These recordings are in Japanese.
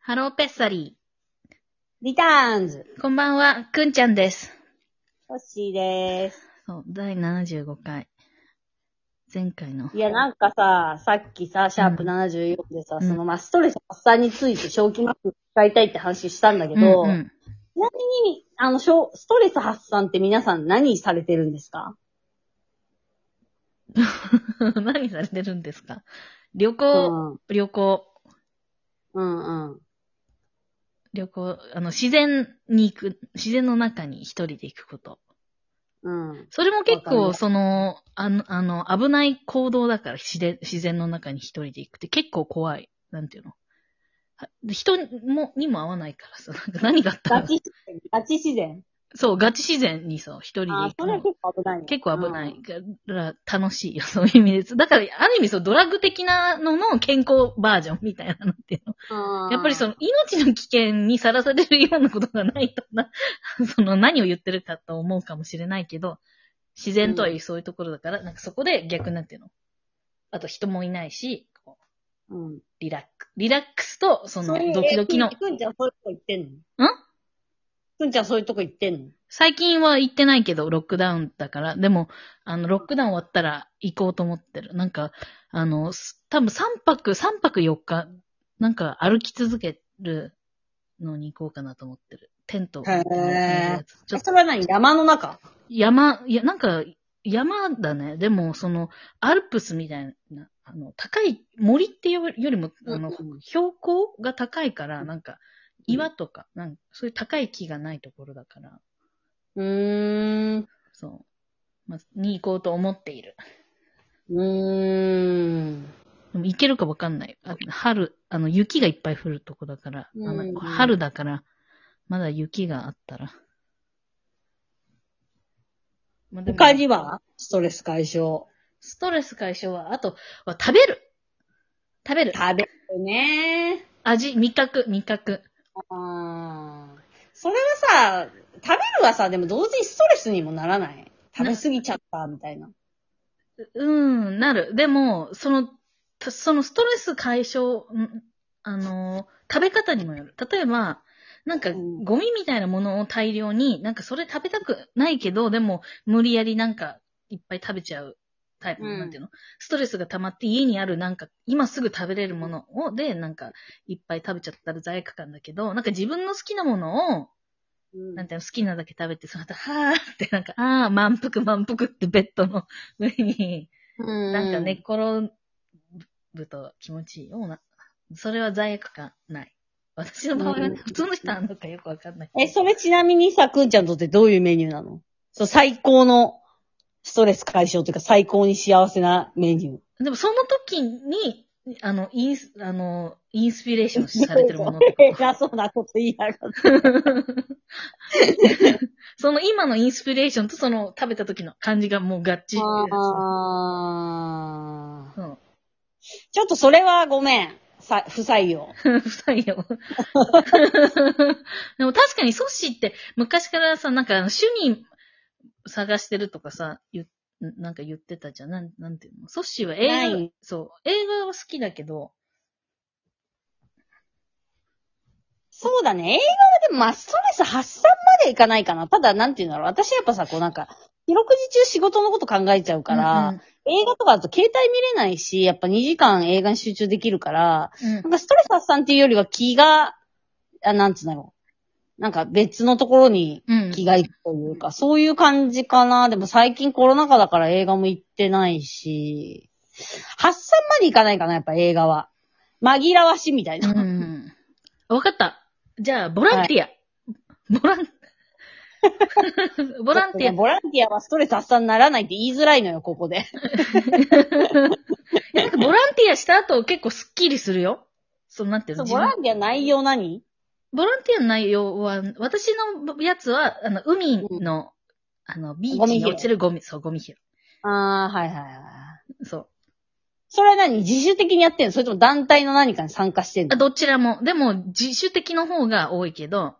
ハローペッサリリターンズ、ー。こんばんは、くんちゃんです。トッシーでーす。そう、第75回。前回の。いや、なんかさ、さっきさ、シャープ74でさ、うんその、まあ、ストレス発散について正気マック使いたいって話したんだけど、うんうんちなみに、あの、しょストレス発散って皆さん何されてるんですか何されてるん ですか旅う行、ん。うん旅行、うん。旅行、あの、自然に行く、自然の中に一人で行くこと。うん。それも結わか構、るその、あの、あの、危ない行動だから、自然、自然の中に一人で行くって結構怖い。なんていうのは人にも、にも会わないからさ、なんか何があったガら、チ自 然。ガチ自然。そう、ガチ自然にそう、一人であー行そくれはの。結構危ないね。結構危なういん。から、楽しいよ、 そういう意味です。だから、ある意味、そう、ドラッグ的なのの健康バージョンみたいなのっていうの。やっぱりその、、命の危険にさらされるようなことがないとな、 その、何を言ってるかと思うかもしれないけど、自然とはいうそういうところだから、なんかそこで逆なんていうの。あと人もいないし、こううん。リラック、リラックスと、そのそういう、ドキドキのえ、くんちゃんそういうとこ行ってんのんくんちゃんそういうとこ行ってんの最近は行ってないけど、ロックダウンだから、でも、あの、ロックダウン終わったら行こうと思ってる。なんか、あの、す多分3泊、3泊4日、なんか歩き続けるのに行こうかなと思ってる。テントみたいなやつ。ちょっとそれは何山の中山、いや、なんか、山だね。でも、その、アルプスみたいな、あの、高い、森っていうよりも、あの、うんうん標高が高いから、なんか、うん岩とか、なんか、そういう高い木がないところだから、うーん。そう。まあ、に行こうと思っている。うーん。でも行けるかわかんない。あ春、あの、雪がいっぱい降るとこだから、あうんうんの春だから、まだ雪があったら。まあでも他にはストレス解消。ストレス解消は、あとは食べる。食べる。食べるね味、味覚、味覚。あーそれはさ、食べるはさ、でも同時にストレスにもならない。食べ過ぎちゃった、みたいな。ううん、なる。でも、その、たそのストレス解消、んあのー、食べ方にもよる。例えば、なんか、うんゴミみたいなものを大量に、なんかそれ食べたくないけど、でも、無理やりなんか、いっぱい食べちゃうタイプの、うんなんていうのストレスが溜まって家にあるなんか、今すぐ食べれるものを、で、なんか、いっぱい食べちゃったら罪悪感だけど、なんか自分の好きなものを、うんなんていうの、好きなだけ食べて、その後、はーって、なんか、あー、満腹満腹ってベッドの上に、なんか寝っ、転ぶと気持ちいいような。それは罪悪感ない。私の場合はね、うん普通の人なのかよくわかんない。え、それちなみにさ、くんちゃんにとってどういうメニューなのそう、最高のストレス解消というか最高に幸せなメニュー。でもその時に、あの、インス、あの、インスピレーションされてるものってこと 偉そうなこと言いやがって。その今のインスピレーションとその食べた時の感じがもう合致。あーそう。ちょっとそれはごめん。さ不採用。 不採用。でも確かにソッシーって昔からさ、なんかあの趣味探してるとかさ、言なんか言ってたじゃん。なん、なんていうのソッシーは映な画い、そう、映画は好きだけど、そうだね。映画はでも、まあ、ストレス発散までいかないかな。ただ、なんていうんだろう。私やっぱさ、こうなんか、四六時中仕事のこと考えちゃうから、うん映画とかだと携帯見れないし、やっぱ2時間映画に集中できるから、うん、なんかストレス発散っていうよりは気が、あなんつうんだろう。なんか別のところにうん。気がいくというか、そういう感じかな。でも最近コロナ禍だから映画も行ってないし、発散までいかないかな、やっぱ映画は。紛らわしみたいな。うん。わかった。じゃあ、ボランティア。ボラン、ボランティア。ボランティアはストレス発散にならないって言いづらいのよ、ここで。なんかボランティアした後結構スッキリするよ。そうなんていうのそう 自ボ分ランティア内容何ボランティアの内容は、私のやつは、あの、海の、あの、ビーチに落ちるゴミ、そう、ゴミ拾い。ああ、はいはいはい。そう。それは何自主的にやってんのそれとも団体の何かに参加してんあのどちらも。でも、自主的の方が多いけど、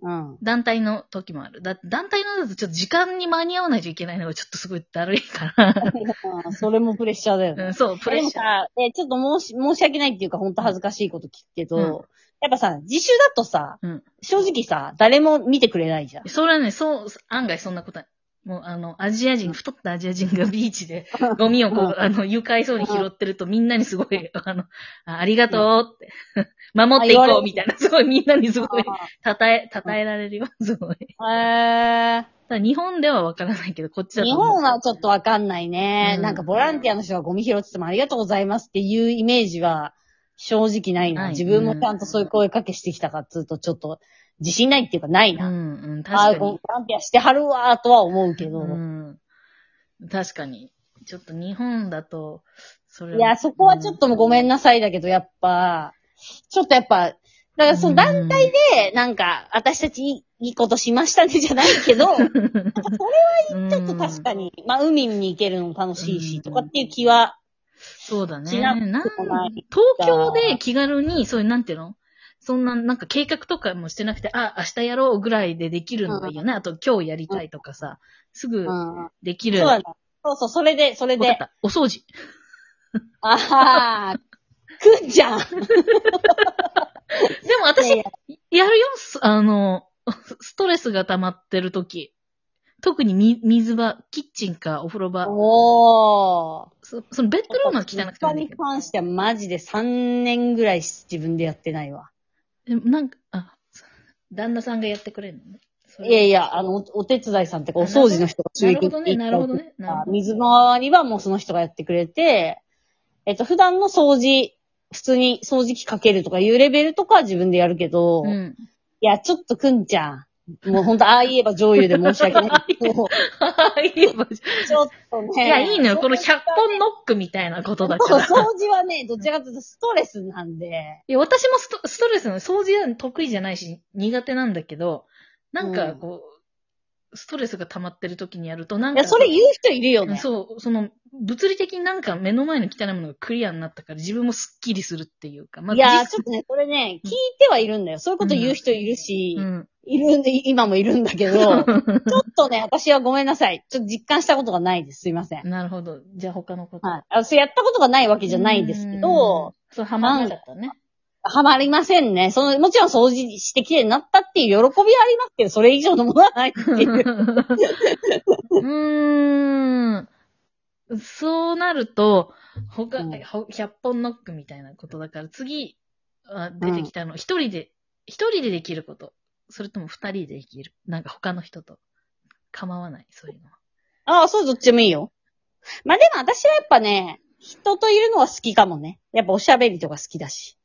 うん。団体の時もある。だ団体のだとちょっと時間に間に合わないといけないのがちょっとすごいだるいから。 あー それもプレッシャーだようねん、。そう、プえレッでもシャー。さ、えちょっと申し申し訳ないっていうか、本当恥ずかしいこと聞くけど、うんやっぱさ、自習だとさ、うん正直さ、誰も見てくれないじゃん。それはね、そう、案外そんなことない。もうあの、アジア人、太ったアジア人がビーチで、ゴミをこうう、あの、愉快そうに拾ってると、みんなにすごい、あの、あありがとうって、 守っていあ言わこれうるみたいな、すごいみんなにすごい、たたえ、たたえられるよ、すごい。へー。 ただ日本ではわからないけど、こっちだと日思う。本はちょっとわかんないね。うんなんかボランティアの人がゴミ拾っててもありがとうございますっていうイメージは正直ないないな。自分もちゃんとそういう声かけしてきたかっつうとちょっと自信ないっていうかないな。うん、うん、ああ、確かボに。ランティアしてはるわーとは思うけど。うん。確かに。ちょっと日本だと、それいや、そこはちょっともうごめんなさいだけど、やっぱ、ちょっとやっぱ、だからその団体で、なんか、私たちいいいいことしましたねじゃないけど、なんかうん、うんちょっと確か。に、まあ海に行けるのも楽しいし、うんとかっていう気は、そうだね。しなくなんもない東京で気軽に、そういう、なんていうのそんな、なんか計画とかもしてなくて、あ、明日やろうぐらいでできるのがいいよね。あと、今日やりたいとかさ、すうぐん。できる。そうだね。そうそう、それで、それわかっで。た。お掃除。あはー、くんじゃん。でも私、いやいやるよ。すあの、 ストレスが溜まってる時。特にみ水場、キッチンかお風呂場。おー。そそのベッドルームは汚くてもいいんにだけど。関してはマジで3年ぐらい自分でやってないわ。でもなんか、あ、旦那さんがやってくれるのね。それいやいや、あの、おお手伝いさんってか、お掃除の人がな注る意ほどね、なるほどね。なるほど水回りはもうその人がやってくれて、えっと、普段の掃除、普通に掃除機かけるとかいうレベルとかは自分でやるけど、ういん。 や、ちょっとくんちゃん。もうほんと、ああ言えば上優で申し訳ない けど、言えばちょっとね。いや、いいのよ。この100本ノックみたいなことだかそう、ら。掃除はね、どちらかというとストレスなんで。いや、私もストストレスの掃除は得意じゃないし、苦手なんだけど、なんかこう、ストレスが溜まってる時にやると、なんいか。や、それ言う人いるよね。そう、その、物理的になんか目の前の汚いものがクリアになったから、自分もスッキリするっていうか、まいや、ち実ょっとね、これね、聞いてはいるんだよ。そういうこと言う人いるし、 うん。いるんで、今もいるんだけど、ちょっとね、私はごめんなさい。ちょっと実感したことがないです。すいませ ん。なるほど。じゃあ他のこと。はい。あそれやったことがないわけじゃないんですけど、うん、そう、ハマらなかった ね。はまりませんね。その、もちろん掃除してきれいになったっていう喜びはありますけど、それ以上のものはないってう いう。ーん。そうなると、他、うんほ100本ノックみたいなことだから、次、あ出てきたの、一、人で、一人でできること。それとも二人でできる。なんか他の人と。構わない、そういうのは。ああ、そう、どっちでもいいよ。まあでも私はやっぱね、人といるのは好きかもね。やっぱおしゃべりとか好きだし。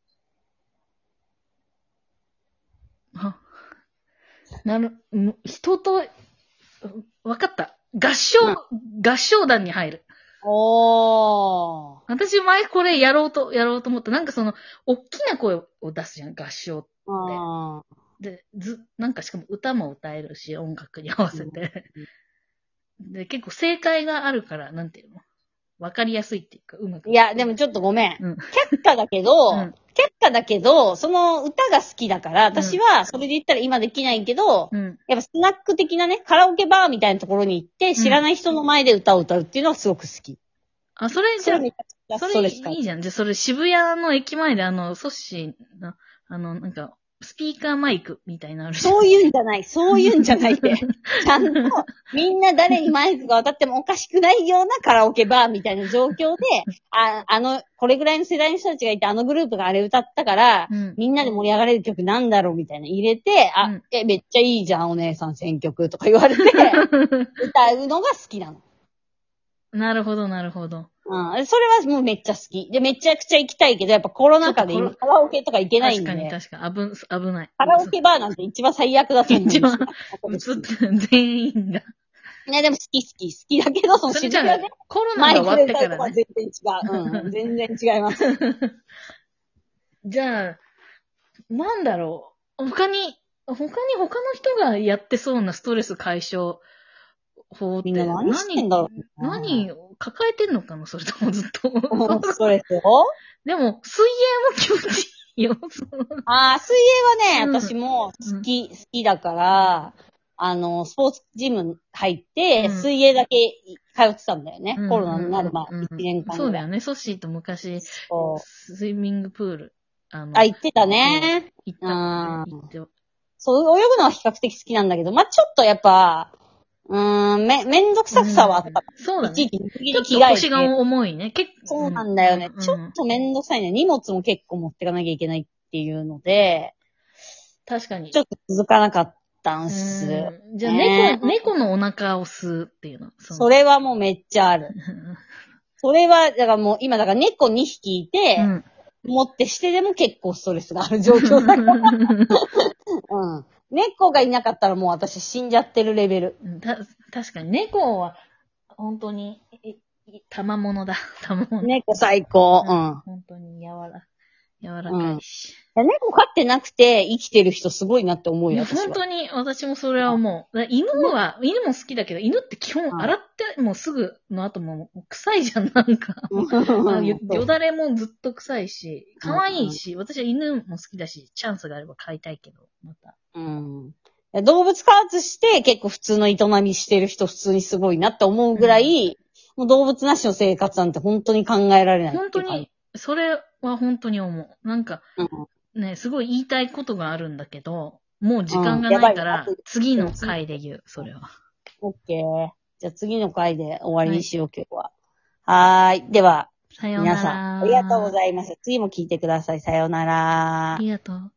あ なる、ん人と、うわかった。合唱、うん合唱団に入る。おー。私前これやろうと、やろうと思った。なんかその、大きな声を出すじゃん、合唱あーで、ず、なんかしかも歌も歌えるし、音楽に合わせて。で、結構正解があるから、なんていうのわかりやすいっていうか、うまく。いや、でもちょっとごめん。うん却下だけど、うん却下だけど、その歌が好きだから、私はそれで言ったら今できないけど、うん。やっぱスナック的なね、カラオケバーみたいなところに行って、知らない人の前で歌を歌うっていうのはすごく好き。あ、それそじゃれめちゃあ、くちゃそストれレいス解い消。じゃん。じゃあ、それ渋谷の駅前で、あの、ソッシーの、あの、なんか、スピーカーマイクみたいなのあるじゃん。そういうんじゃない、そういうんじゃない って。ちゃんと、みんな誰にマイクが渡ってもおかしくないようなカラオケバーみたいな状況で、ああの、これぐらいの世代の人たちがいて、あのグループがあれ歌ったから、うん。みんなで盛り上がれる曲なんだろうみたいな入れて、あ、うんえ、めっちゃいいじゃん、お姉さん選曲とか言われ て、歌うのが好きなの。なるほど、なるほど。うん。それはもうめっちゃ好き。で、めちゃくちゃ行きたいけど、やっぱコロナ禍でちょっ今とカラオケとか行けないん確かに、で。確かに。危、危ない。カラオケバーなんて一番最悪だと思うんです一よ番 映ってる全員が。ね、でも好き好き、好きだけど、そのそれ渋じゃ谷あで、コロマナイがク終わっでて歌かうとらこはね。全然違う。うん、全然違います。じゃあ、なんだろう。他に、他に他の人がやってそうなストレス解消法ってみんな何して んだろうな何を抱えてんのかなそれともずっと。うん ストレスをでも、水泳も気持ちいい よ。そのああ、水泳はうんね、私も好き、好きだから、あの、スポーツジム入っうて、ん水泳だけ通ってたんだよね。コロナになる前、うん1年間そうぐだらい。よね。ソッシーと昔、そうスイミングプール、あの、あ、行ってたね。行ったので、うん行ってそう、泳ぐのは比較的好きなんだけど、まあ、ちょっとやっぱ、うーん、め、めんどくさくさはあった。そうだいちいね。ち水着ちにょっ着と替え腰がて。重いね。結構。そうなんだよねう。んちょっとめんどくさいね。荷物も結構持ってかなきゃいけないっていうので、確かに。ちょっと続かなかったんす。うんじゃあ、ね猫、猫のお腹を吸うっていうの。そのそれはもうめっちゃある。それは、だからもう今、だから猫2匹いて、 うん持ってしてでも結構ストレスがある状況だ。うん。猫がいなかったらもう私死んじゃってるレベル。 た確かに、猫は、本当に、いい賜物だ。 賜物。猫最高。うん。本当に柔ら、柔らかいし。いや猫飼ってなくて生きてる人すごいなって思ういよ、や、私本は。当に、私もそれは思う。だから犬は、犬も好きだけど、犬って基うん本洗って、もうすぐの後も臭いじゃん、なんか。あのよよだれもずっと臭いし、可愛いし、私は犬も好きだし、チャンスがあれば飼いたいけど、また。うん。動物開発して結構普通の営みしてる人普通にすごいなって思うぐらい、もう動物なしの生活なんて本当に考えられない。本当に。、それは本当に思う。なんか、うんね、すごい言いたいことがあるんだけど、もう時間がうんなやばいいから、あと次の回で言う、それは。オッケー。じゃあ次の回で終わりにしよう、今日は。はーい。では、さようなら。皆さん、ありがとうございました。次も聞いてください。さようならあ。りがとう。